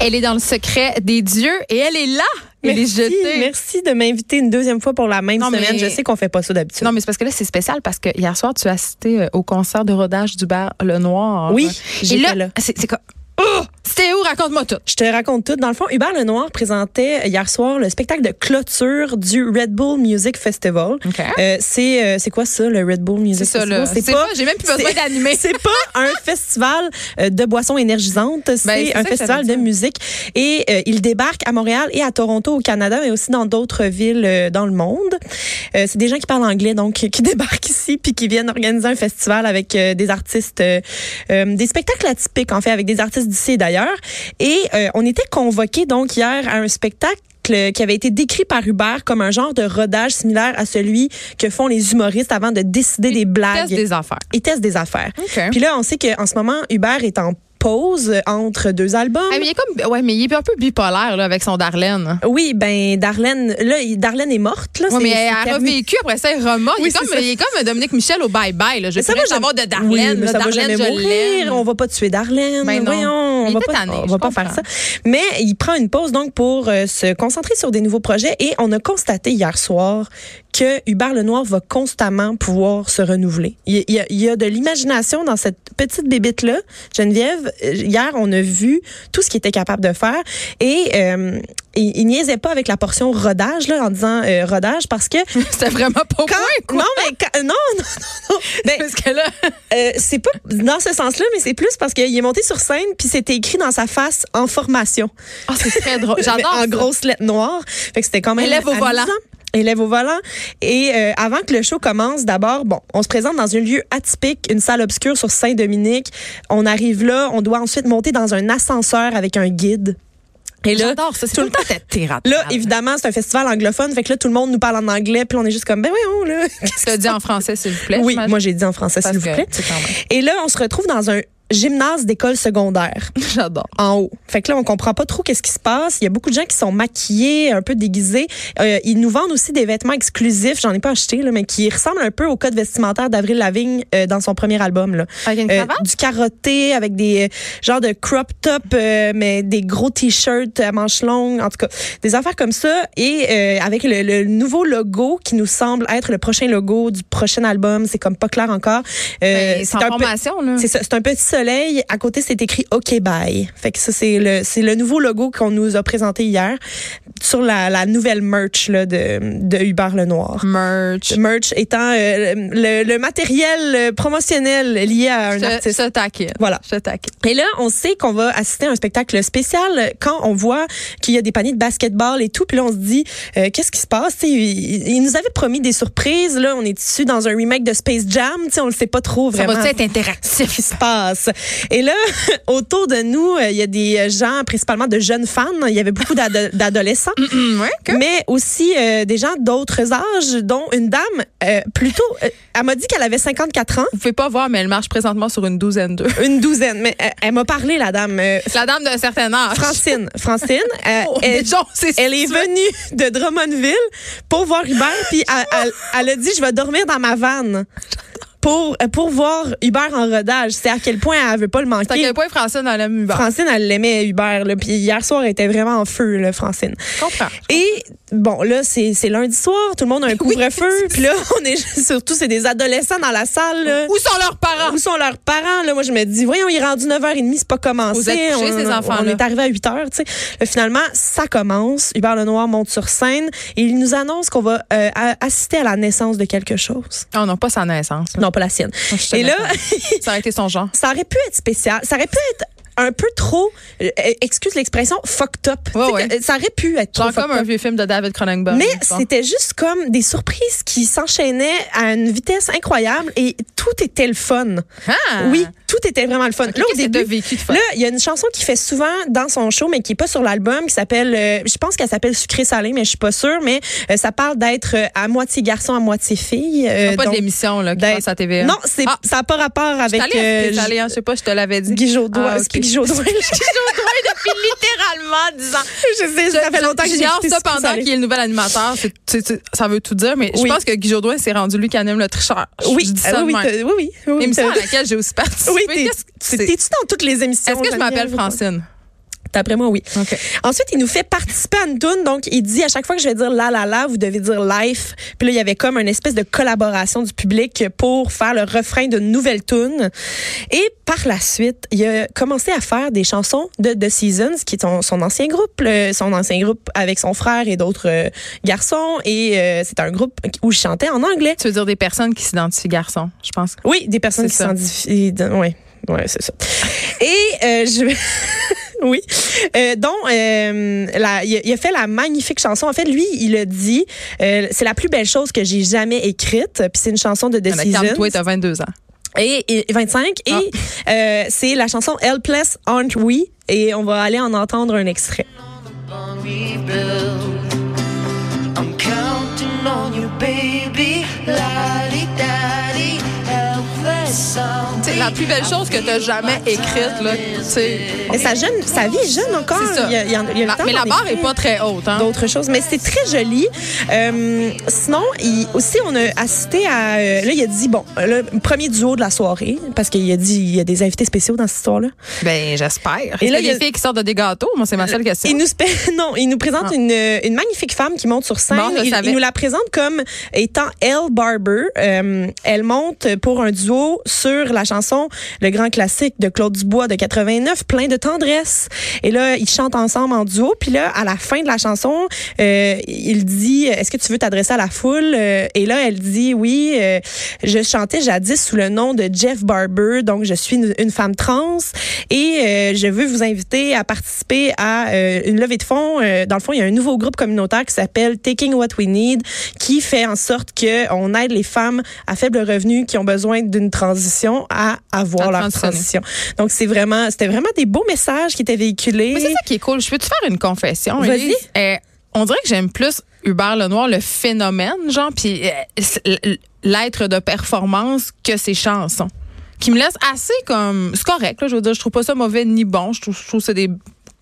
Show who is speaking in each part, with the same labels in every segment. Speaker 1: Elle est dans le secret des dieux et elle est là. Elle
Speaker 2: Merci,
Speaker 1: est jetée.
Speaker 2: merci de m'inviter une deuxième fois pour la même
Speaker 1: Non,
Speaker 2: semaine.
Speaker 1: mais-
Speaker 2: Je sais qu'on fait pas ça d'habitude.
Speaker 1: Non, mais c'est parce que là, c'est spécial parce que hier soir, tu as assisté euh, au concert de rodage du bar Le Noir.
Speaker 2: Oui,
Speaker 1: Et
Speaker 2: j'étais
Speaker 1: là,
Speaker 2: là.
Speaker 1: c'est c'est comme. Oh! C'était où? Raconte-moi tout.
Speaker 2: Je te raconte tout. Dans le fond, Hubert Lenoir présentait hier soir le spectacle de clôture du Red Bull Music Festival.
Speaker 1: OK.
Speaker 2: Euh, c'est euh, c'est quoi ça, le Red Bull Music
Speaker 1: C'est ça,
Speaker 2: Festival?
Speaker 1: là. C'est pas, j'ai même plus besoin
Speaker 2: c'est-
Speaker 1: d'animer.
Speaker 2: C'est pas un festival euh, de boissons énergisantes,
Speaker 1: Ben, c'est
Speaker 2: c'est
Speaker 1: ça
Speaker 2: un
Speaker 1: que j'avais
Speaker 2: festival
Speaker 1: dit.
Speaker 2: de musique. Et euh, il débarque à Montréal et à Toronto au Canada, mais aussi dans d'autres villes euh, dans le monde. Euh, c'est des gens qui parlent anglais, donc qui débarquent ici puis qui viennent organiser un festival avec euh, des artistes, euh, euh, des spectacles atypiques en fait, avec des artistes d'ici et d'ailleurs. Et euh, on était convoqués donc hier à un spectacle qui avait été décrit par Hubert comme un genre de rodage similaire à celui que font les humoristes avant de décider des blagues.
Speaker 1: Teste des affaires.
Speaker 2: Ils testent des affaires.
Speaker 1: OK.
Speaker 2: Puis là, on sait qu'en ce moment, Hubert est en pause euh, entre deux albums.
Speaker 1: Ah, mais il est comme, ouais, mais il est un peu bipolaire là, avec son Darlene.
Speaker 2: Oui, ben Darlène, là, il- Darlène est morte. Là,
Speaker 1: Oui,
Speaker 2: c'est-
Speaker 1: mais
Speaker 2: c'est
Speaker 1: elle a
Speaker 2: terminé.
Speaker 1: revécu, après ça, elle remonte.
Speaker 2: Oui,
Speaker 1: il, est
Speaker 2: c'est
Speaker 1: comme,
Speaker 2: ça.
Speaker 1: il est comme Dominique Michel au bye-bye. là. Je
Speaker 2: Ça va
Speaker 1: voulais savoir de
Speaker 2: jamais-
Speaker 1: Darlene.
Speaker 2: Oui,
Speaker 1: là.
Speaker 2: mais ça va
Speaker 1: Darlene,
Speaker 2: jamais
Speaker 1: je l'aime.
Speaker 2: mourir. On va pas tuer Darlène.
Speaker 1: Ben non.
Speaker 2: Voyons, on
Speaker 1: Il
Speaker 2: va
Speaker 1: était
Speaker 2: pas,
Speaker 1: tanné,
Speaker 2: on
Speaker 1: je
Speaker 2: va pas
Speaker 1: comprends.
Speaker 2: faire ça. Mais il prend une pause donc pour euh, se concentrer sur des nouveaux projets et on a constaté hier soir que Hubert Lenoir va constamment pouvoir se renouveler. Il, il y, a, il y a de l'imagination dans cette petite bébite là, Geneviève. euh, Hier, on a vu tout ce qu'il était capable de faire et euh, il, il niaisait pas avec la portion rodage là en disant euh, rodage parce que
Speaker 1: C'était vraiment pas au
Speaker 2: quand
Speaker 1: point, quoi.
Speaker 2: non mais quand- non non non, non. Ben,
Speaker 1: Parce que là,
Speaker 2: euh, c'est pas dans ce sens-là, mais c'est plus parce qu'il est monté sur scène puis c'était écrit dans sa face en formation,
Speaker 1: Ah, c'est très drôle.
Speaker 2: Mais
Speaker 1: J'adore.
Speaker 2: en
Speaker 1: ça.
Speaker 2: grosses lettres noires. Fait que c'était quand même
Speaker 1: Élève au
Speaker 2: amusant.
Speaker 1: volant.
Speaker 2: Élève au volant. Et euh, avant que le show commence, d'abord, bon, on se présente dans un lieu atypique, une salle obscure sur Saint-Dominique. On arrive là, on doit ensuite monter dans un ascenseur avec un guide. Et là,
Speaker 1: J'adore ça. C'est tout
Speaker 2: tout le
Speaker 1: le temps tête thérapeute.
Speaker 2: là, évidemment, c'est un festival anglophone, fait que là, tout le monde nous parle en anglais, puis on est juste comme, ben voyons, là.
Speaker 1: Tu as dit en français, s'il vous plaît.
Speaker 2: Oui,
Speaker 1: j'imagine?
Speaker 2: moi j'ai dit en français,
Speaker 1: Parce
Speaker 2: s'il vous
Speaker 1: que,
Speaker 2: plaît.
Speaker 1: tu sais, quand même.
Speaker 2: Et là, on se retrouve dans un gymnase d'école secondaire
Speaker 1: J'adore.
Speaker 2: en haut. Fait que là, on comprend pas trop qu'est-ce qui se passe. Il y a beaucoup de gens qui sont maquillés, un peu déguisés. Euh, ils nous vendent aussi des vêtements exclusifs. J'en ai pas acheté, là, mais qui ressemblent un peu au code vestimentaire d'Avril Lavigne euh, dans son premier album. Là.
Speaker 1: Avec une
Speaker 2: Euh,
Speaker 1: cravate?
Speaker 2: du carotté avec des euh, genres de crop top, euh, mais des gros t-shirts à manches longues, en tout cas, des affaires comme ça. Et euh, avec le, le nouveau logo qui nous semble être le prochain logo du prochain album, c'est comme pas clair encore. Euh,
Speaker 1: Mais sans
Speaker 2: un peu-
Speaker 1: formation, là.
Speaker 2: c'est ça, c'est un petit soleil. À côté, c'est écrit OK Bye. Fait que ça, c'est le, c'est le nouveau logo qu'on nous a présenté hier sur la, la nouvelle merch là, de, de Hubert
Speaker 1: Mm.
Speaker 2: Lenoir.
Speaker 1: Merch.
Speaker 2: Merch étant euh, le, le matériel euh, promotionnel lié à un
Speaker 1: Je,
Speaker 2: artiste.
Speaker 1: je taquine.
Speaker 2: Voilà.
Speaker 1: Je taquine.
Speaker 2: Et là, on sait qu'on va assister à un spectacle spécial quand on voit qu'il y a des paniers de basketball et tout. Puis là, on se dit, euh, qu'est-ce qui se passe? Tu sais, Il, il nous avait promis des surprises. Là, on est dessus dans un remake de Space Jam. Tu sais, on le sait pas trop
Speaker 1: Ça
Speaker 2: vraiment.
Speaker 1: va être interactif?
Speaker 2: qui se passe. Et là, autour de nous, euh, il y a des gens, principalement de jeunes fans. Il y avait beaucoup d'ado- d'adolescents,
Speaker 1: Hum, ouais, que-
Speaker 2: mais aussi euh, des gens d'autres âges, dont une dame euh, plutôt. euh, elle m'a dit qu'elle avait 54 ans,
Speaker 1: Vous pouvez pas voir, mais elle marche présentement sur une douzaine d'eux.
Speaker 2: une douzaine. Mais euh, elle m'a parlé, la dame. euh,
Speaker 1: La dame d'un certain âge.
Speaker 2: Francine. Francine. euh,
Speaker 1: Ah, Oh, mais
Speaker 2: elle,
Speaker 1: John, c'est
Speaker 2: elle est venue de Drummondville pour voir Hubert, puis elle, elle- elle a dit Je vais dormir dans ma vanne. Pour, pour voir Hubert en rodage. C'est à quel point elle veut pas le manquer.
Speaker 1: à quel point Francine en aime Hubert.
Speaker 2: Francine, elle l'aimait, Hubert. Là. Puis hier soir, elle était vraiment en feu, là, Francine.
Speaker 1: Je comprends.
Speaker 2: Et bon, là, c'est c'est lundi soir, tout le monde a un couvre-feu. Puis là, on est surtout, c'est des adolescents dans la salle. là.
Speaker 1: Où sont leurs parents?
Speaker 2: Où sont leurs parents? Là, moi, je me dis, voyons, il est rendu 9h30, c'est pas commencé.
Speaker 1: Vous êtes couchés,
Speaker 2: on,
Speaker 1: ces
Speaker 2: on- on
Speaker 1: enfants-là.
Speaker 2: est arrivé à 8h, tu sais. Là, Finalement, ça commence. Hubert Lenoir monte sur scène et il nous annonce qu'on va euh, a- assister à la naissance de quelque chose.
Speaker 1: Oh non, pas sa naissance. là.
Speaker 2: Non, pas la sienne.
Speaker 1: Je suis
Speaker 2: Et là,
Speaker 1: d'accord. ça a été son genre.
Speaker 2: ça aurait pu être spécial. Ça aurait pu être un peu trop, euh, excuse l'expression, fucked up.
Speaker 1: Ouais,
Speaker 2: Tu sais
Speaker 1: ouais.
Speaker 2: que, euh, Ça aurait pu être trop
Speaker 1: Genre
Speaker 2: fucked
Speaker 1: comme un
Speaker 2: up.
Speaker 1: vieux film de David Cronenberg.
Speaker 2: Mais
Speaker 1: je pense.
Speaker 2: c'était juste comme des surprises qui s'enchaînaient à une vitesse incroyable et tout était le fun.
Speaker 1: Ah!
Speaker 2: Oui, tout était vraiment le fun.
Speaker 1: Ok,
Speaker 2: là, au
Speaker 1: qu'est-ce que t'as
Speaker 2: début,
Speaker 1: vécu de fun?
Speaker 2: là, il y a une chanson qu'il fait souvent dans son show, mais qui est pas sur l'album, qui s'appelle, euh, je pense qu'elle s'appelle Sucré Salé, mais je suis pas sûre, mais euh, ça parle d'être euh, à moitié garçon, à moitié fille. euh,
Speaker 1: Ah, pas
Speaker 2: donc-
Speaker 1: de l'émission là, qui
Speaker 2: d'être-
Speaker 1: passe à TVA.
Speaker 2: Non, c'est,
Speaker 1: Ah.
Speaker 2: ça n'a pas rapport
Speaker 1: Je
Speaker 2: avec
Speaker 1: suis allée,
Speaker 2: euh,
Speaker 1: je suis allée, hein, je sais pas, je te l'avais dit.
Speaker 2: Guy Jodoin.
Speaker 1: Ah, ok.
Speaker 2: C'est pas Guy Jodoin.
Speaker 1: depuis littéralement 10 ans.
Speaker 2: je sais, ça fait longtemps que j'ai
Speaker 1: J'ignore
Speaker 2: écouté
Speaker 1: ça
Speaker 2: Sucré
Speaker 1: pendant
Speaker 2: Salé.
Speaker 1: qu'il est le nouvel animateur. c'est- c'est- c'est- ça veut tout dire, mais
Speaker 2: Oui.
Speaker 1: je pense que Guy Jodoin s'est rendu lui qui anime le tricheur. Je-
Speaker 2: Oui,
Speaker 1: je dis
Speaker 2: euh,
Speaker 1: ça de
Speaker 2: oui,
Speaker 1: même.
Speaker 2: t'as- oui, oui, oui,
Speaker 1: L'émission
Speaker 2: t'as-
Speaker 1: à laquelle j'ai aussi participé.
Speaker 2: oui, t'es-
Speaker 1: Qu'est-ce que-
Speaker 2: t'es- t'es-tu dans toutes les émissions?
Speaker 1: Est-ce que je
Speaker 2: Geneviève,
Speaker 1: m'appelle
Speaker 2: ou pas?
Speaker 1: Francine?
Speaker 2: D'après moi, oui.
Speaker 1: OK.
Speaker 2: Ensuite, il nous fait participer à une tune. Donc, il dit à chaque fois que je vais dire la la la, vous devez dire life. Puis là, il y avait comme une espèce de collaboration du public pour faire le refrain d'une nouvelle tune. Et par la suite, il a commencé à faire des chansons de The Seasons, qui est son, son ancien groupe, le- son ancien groupe avec son frère et d'autres euh, garçons. Et euh, c'est un groupe où je chantais en anglais.
Speaker 1: Tu veux dire des personnes qui s'identifient garçons, je pense.
Speaker 2: Oui, des personnes
Speaker 1: C'est
Speaker 2: qui
Speaker 1: ça.
Speaker 2: s'identifient. Oui, ouais, c'est ça. Et euh, je. Oui, euh, dont euh, la- il, a, il a fait la magnifique chanson. En fait, lui, il a dit, euh, c'est la plus belle chose que j'ai jamais écrite. Puis c'est une chanson de The
Speaker 1: Ah, ben, Calme-toi,
Speaker 2: Seasons.
Speaker 1: t'as 22 ans.
Speaker 2: Et, et 25. Et
Speaker 1: Ah.
Speaker 2: euh, c'est la chanson Helpless Aren't We. Et on va aller en entendre un extrait.
Speaker 3: Bonnie Blue. I'm counting on you, baby. La-di-da-di, helpless zombie.
Speaker 1: C'est la plus belle chose que t'as jamais écrite, là. Tu sais,
Speaker 2: Mais sa, jeune, sa vie est jeune encore.
Speaker 1: c'est ça.
Speaker 2: Il y a- il y en- il y a le
Speaker 1: La-
Speaker 2: temps
Speaker 1: mais la
Speaker 2: d'en
Speaker 1: barre est
Speaker 2: écrire.
Speaker 1: pas très haute, hein.
Speaker 2: d'autres choses. Mais c'est très joli. Euh, sinon, il- aussi, on a assisté à... euh, là, il a dit, bon, le premier duo de la soirée, parce qu'il a dit, il y a des invités spéciaux dans cette histoire-là.
Speaker 1: Ben, j'espère.
Speaker 2: Et
Speaker 1: Et
Speaker 2: là,
Speaker 1: là,
Speaker 2: il y
Speaker 1: les
Speaker 2: a- Euh,
Speaker 1: filles qui sortent de des gâteaux, moi, c'est ma seule question.
Speaker 2: Il nous, spé- non, il nous présente
Speaker 1: Ah.
Speaker 2: une, une magnifique femme qui monte sur scène.
Speaker 1: Bon, je le
Speaker 2: il,
Speaker 1: savais.
Speaker 2: il nous la présente comme étant Elle Barber. Euh, elle monte pour un duo sur la chanson Le Grand Classique de Claude Dubois de 89, plein de tendresse. Et là, ils chantent ensemble en duo. Puis là, à la fin de la chanson, euh, il dit Est-ce que tu veux t'adresser à la foule Euh, Et là, elle dit Oui, euh, je chantais jadis sous le nom de Jeff Barber. Donc, je suis une, une femme trans et euh, je veux vous inviter à participer à euh, une levée de fonds. Euh, dans le fond, il y a un nouveau groupe communautaire qui s'appelle Taking What We Need qui fait en sorte que on aide les femmes à faible revenu qui ont besoin d'une transition à avoir
Speaker 1: À
Speaker 2: leur
Speaker 1: transitionner.
Speaker 2: transition. Donc, c'est vraiment, c'était vraiment des beaux messages qui étaient véhiculés.
Speaker 1: Mais c'est ça qui est cool. Je peux-tu faire une confession?
Speaker 2: Vas-y.
Speaker 1: Élise? Euh, on dirait que j'aime plus Hubert Lenoir, le phénomène, genre, puis euh, c'est l- l'être de performance que ses chansons. Qui me laisse assez comme. C'est correct, là, je veux dire, je trouve pas ça mauvais ni bon. Je trouve, je trouve que c'est des.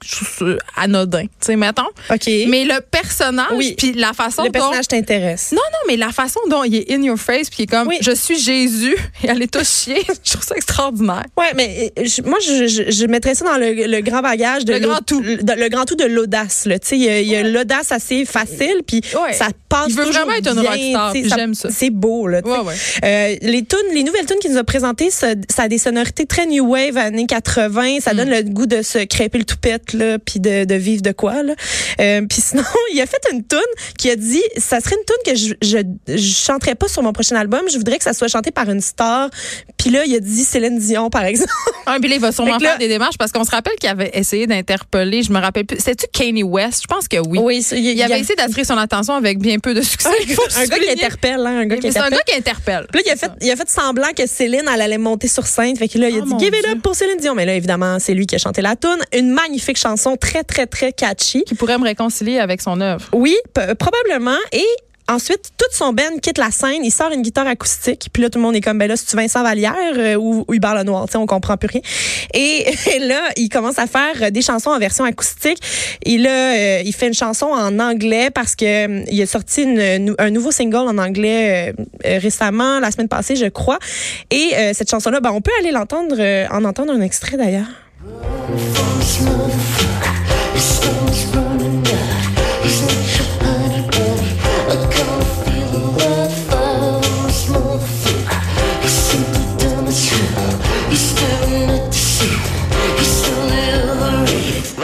Speaker 1: Je trouve ça anodin, tu sais, mettons.
Speaker 2: OK.
Speaker 1: Mais le personnage,
Speaker 2: Oui.
Speaker 1: puis la façon
Speaker 2: le
Speaker 1: dont.
Speaker 2: personnage t'intéresse.
Speaker 1: Non, non, mais la façon dont il est in your face, puis il est comme
Speaker 2: Oui.
Speaker 1: je suis Jésus, et elle est tout chier, je trouve ça extraordinaire.
Speaker 2: Ouais, mais euh, je- moi, je, je, je mettrais ça dans le, le grand bagage de
Speaker 1: Le
Speaker 2: l'au-
Speaker 1: grand tout.
Speaker 2: Le, le grand tout de l'audace. là. Tu sais, il y a, il y a l'audace assez facile, puis
Speaker 1: Ouais.
Speaker 2: ça passe.
Speaker 1: Il veut
Speaker 2: toujours
Speaker 1: vraiment être un
Speaker 2: bien,
Speaker 1: rockstar,
Speaker 2: tu sais,
Speaker 1: puis j'aime ça.
Speaker 2: C'est beau là. tu sais.
Speaker 1: Ouais, ouais.
Speaker 2: Euh, les tunes, les nouvelles tunes qu'il nous a présentées, ça, ça a des sonorités très new wave années 80.
Speaker 1: Mm.
Speaker 2: Ça donne le goût de se crêper le toupette là, puis de, de vivre de quoi là. Euh, puis sinon, il a fait une tune qui a dit, ça serait une tune que je, je, je chanterais pas sur mon prochain album. Je voudrais que ça soit chanté par une star. Puis là, il a dit Céline Dion par exemple.
Speaker 1: Ah, puis là, il va
Speaker 2: Fait
Speaker 1: sûrement
Speaker 2: que là-
Speaker 1: faire des démarches parce qu'on se rappelle qu'il avait essayé d'interpeller, je me rappelle plus. C'est-tu Kanye West? Je pense que oui.
Speaker 2: Oui, ça, il
Speaker 1: Il avait essayé d'attirer son attention avec bien peu de succès. il faut
Speaker 2: un gars qui
Speaker 1: souligner.
Speaker 2: interpelle, hein, un gars
Speaker 1: Mais
Speaker 2: qui
Speaker 1: C'est un
Speaker 2: interpelle.
Speaker 1: gars qui interpelle.
Speaker 2: Puis Là, il a, fait, il a fait semblant que Céline, elle allait monter sur scène. Fait que là, il a
Speaker 1: Oh,
Speaker 2: dit
Speaker 1: mon
Speaker 2: Give it
Speaker 1: Dieu.
Speaker 2: up pour Céline Dion. Mais là, évidemment, c'est lui qui a chanté la tune. Une magnifique chanson, très, très, très catchy.
Speaker 1: Qui pourrait me réconcilier avec son œuvre.
Speaker 2: Oui, p- probablement. Et ensuite, toute son band quitte la scène. Il sort une guitare acoustique. Puis là, tout le monde est comme, ben là, c'est-tu Vincent Vallière euh, ou, ou Hubert Lenoir? Tu sais, on comprend plus rien. Et, et là, il commence à faire euh, des chansons en version acoustique. Et là, euh, il fait une chanson en anglais parce que hum, il a sorti une- nou- un nouveau single en anglais euh, euh, récemment, la semaine passée, je crois. Et euh, cette chanson-là, ben, on peut aller l'entendre, euh, en entendre un extrait d'ailleurs.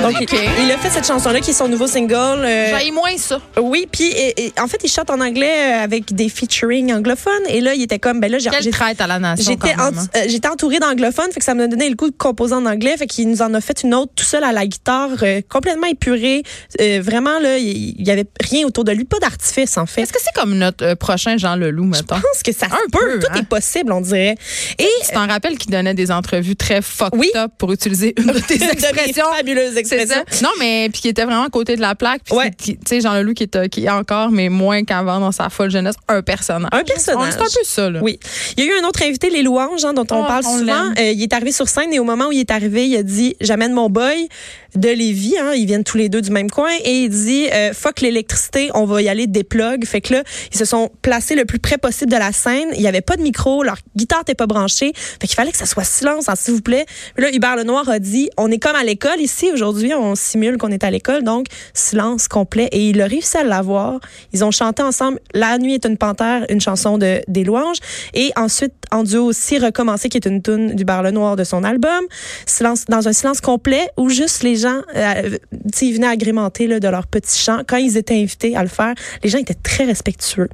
Speaker 2: Donc, il-
Speaker 1: OK.
Speaker 2: il a fait cette chanson-là qui est son nouveau single. euh,
Speaker 1: J'aille moins ça.
Speaker 2: Oui, puis et- et en fait, il chante en anglais euh, avec des featuring anglophones. Et là, il était comme, ben là, j'ai-
Speaker 1: Quelle
Speaker 2: j'ai-
Speaker 1: traite à la nation.
Speaker 2: j'étais
Speaker 1: quand
Speaker 2: en-
Speaker 1: même, hein.
Speaker 2: euh, j'étais entourée d'anglophones, fait que ça me donnait le coup de composer en anglais, fait qu'il nous en a fait une autre tout seul à la guitare, euh, complètement épurée. Euh, vraiment là, il n'y avait rien autour de lui, pas d'artifice en fait.
Speaker 1: hein. Est-ce que c'est comme notre euh, prochain Jean Leloup, mettons?
Speaker 2: Je pense que ça
Speaker 1: Un
Speaker 2: se peut,
Speaker 1: peu,
Speaker 2: tout
Speaker 1: hein?
Speaker 2: est possible, on dirait. Et
Speaker 1: Tu t'en rappelles qu'il donnait des entrevues très fucked
Speaker 2: Oui.
Speaker 1: up pour utiliser une de tes
Speaker 2: de mes
Speaker 1: expressions?
Speaker 2: fabuleuses
Speaker 1: C'est
Speaker 2: expressions.
Speaker 1: ça? Non, Non, mais puis qui était vraiment à côté de la plaque. Puis
Speaker 2: Ouais.
Speaker 1: c'est- qui- tu sais, Jean Leloup qui est, euh, qui est encore, mais moins qu'avant dans sa folle jeunesse, un personnage.
Speaker 2: Un personnage.
Speaker 1: C'est un peu ça, là.
Speaker 2: Oui. Il y a eu un autre invité, Les Louanges, hein, dont on
Speaker 1: Oh,
Speaker 2: parle
Speaker 1: on
Speaker 2: souvent.
Speaker 1: l'aime.
Speaker 2: Euh, il est arrivé sur scène et au moment où il est arrivé, il a dit J'amène mon boy de Lévis. Hein, ils viennent tous les deux du même coin. Et il dit euh, Fuck l'électricité, on va y aller des plugs. Fait que là, ils se sont placés le plus près possible de la scène. Il n'y avait pas de micro, leur guitare n'était pas branchée. Fait qu'il fallait que ça soit silence, hein, s'il vous plaît. Puis là, Hubert Lenoir a dit On est comme à l'école ici aujourd'hui, on simule qu'on est à l'école. Donc, silence complet. Et il a réussi à l'avoir. Ils ont chanté ensemble La nuit est une panthère, une chanson de des louanges. Et ensuite, en duo aussi, Recommencer, qui est une tune du Bar Le Noir de son album. Silence, dans un silence complet où juste les gens, euh, tu sais, ils venaient agrémenter là, de leur petit chant. Quand ils étaient invités à le faire, les gens étaient très respectueux.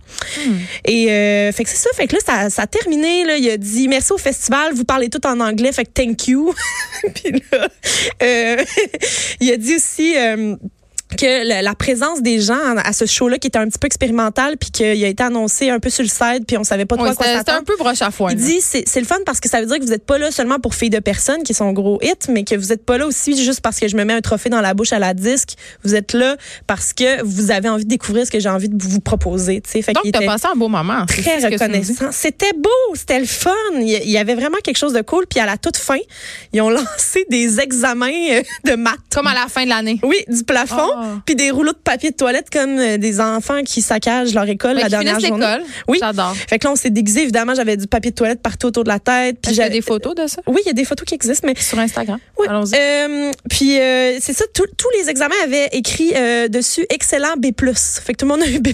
Speaker 2: Et euh, fait que c'est ça. Fait que là, ça, ça a terminé. Là. Il a dit merci au festival. Vous parlez tout en anglais. Fait que thank you. Puis là, euh, il a dit aussi. euh, que la, la présence des gens à ce show-là qui était un petit peu expérimental puis qu'il a été annoncé un peu sur le site puis on savait pas de
Speaker 1: Ouais,
Speaker 2: quoi, quoi
Speaker 1: C'était c'était
Speaker 2: s'attendre.
Speaker 1: un peu broche à foin.
Speaker 2: Il
Speaker 1: là.
Speaker 2: dit c'est c'est le fun parce que ça veut dire que vous n'êtes pas là seulement pour filles de personnes qui sont gros hits, mais que vous n'êtes pas là aussi juste parce que je me mets un trophée dans la bouche à la disque. Vous êtes là parce que vous avez envie de découvrir ce que j'ai envie de vous proposer. tu sais. Fait qu'il
Speaker 1: Donc, t'as
Speaker 2: était
Speaker 1: passé un beau moment. hein. c'est
Speaker 2: très
Speaker 1: ce que tu nous dis.
Speaker 2: reconnaissant. C'était beau, c'était le fun. Il y- il y avait vraiment quelque chose de cool. Puis à la toute fin, ils ont lancé des examens euh, de maths.
Speaker 1: Comme à la fin de l'année.
Speaker 2: Oui, du plafond,
Speaker 1: Ah.
Speaker 2: puis des rouleaux de papier de toilette comme euh, des enfants qui saccagent leur école la
Speaker 1: Fait qu'ils
Speaker 2: dernière
Speaker 1: finissent
Speaker 2: journée.
Speaker 1: l'école.
Speaker 2: Oui.
Speaker 1: J'adore.
Speaker 2: Fait que là, on s'est déguisé. Évidemment, j'avais du papier de toilette partout autour de la tête. Puis
Speaker 1: Puis j'ai
Speaker 2: j'avais-
Speaker 1: des photos de ça
Speaker 2: Oui, il y a des photos qui existent, mais
Speaker 1: sur Instagram.
Speaker 2: oui.
Speaker 1: Allons-y.
Speaker 2: Euh, puis euh, c'est ça, tout- tous les examens avaient écrit euh, dessus excellent B+. Fait que tout le monde a eu B+.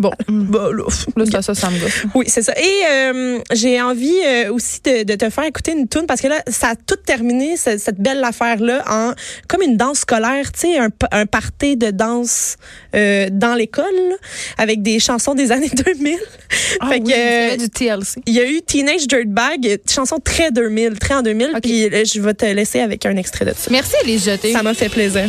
Speaker 1: Bon,
Speaker 2: Bah, là, pff,
Speaker 1: là, ça, ça, ça me gosse.
Speaker 2: oui, c'est ça. Et euh, j'ai envie euh, aussi de, de te faire écouter une tune parce que là, ça a tout terminé, ce- cette belle affaire-là, en comme une danse scolaire, tu sais, un, p- un party de danse euh, dans l'école, là, avec des chansons des années 2000.
Speaker 1: Ah
Speaker 2: Fait
Speaker 1: oui,
Speaker 2: que, euh,
Speaker 1: c'est du TLC.
Speaker 2: il y a eu Teenage Dirtbag, chanson très 2000, très en 2000,
Speaker 1: Ok.
Speaker 2: puis euh, je vais te laisser avec un extrait de ça.
Speaker 1: Merci, elle est jetée.
Speaker 2: Ça m'a fait plaisir.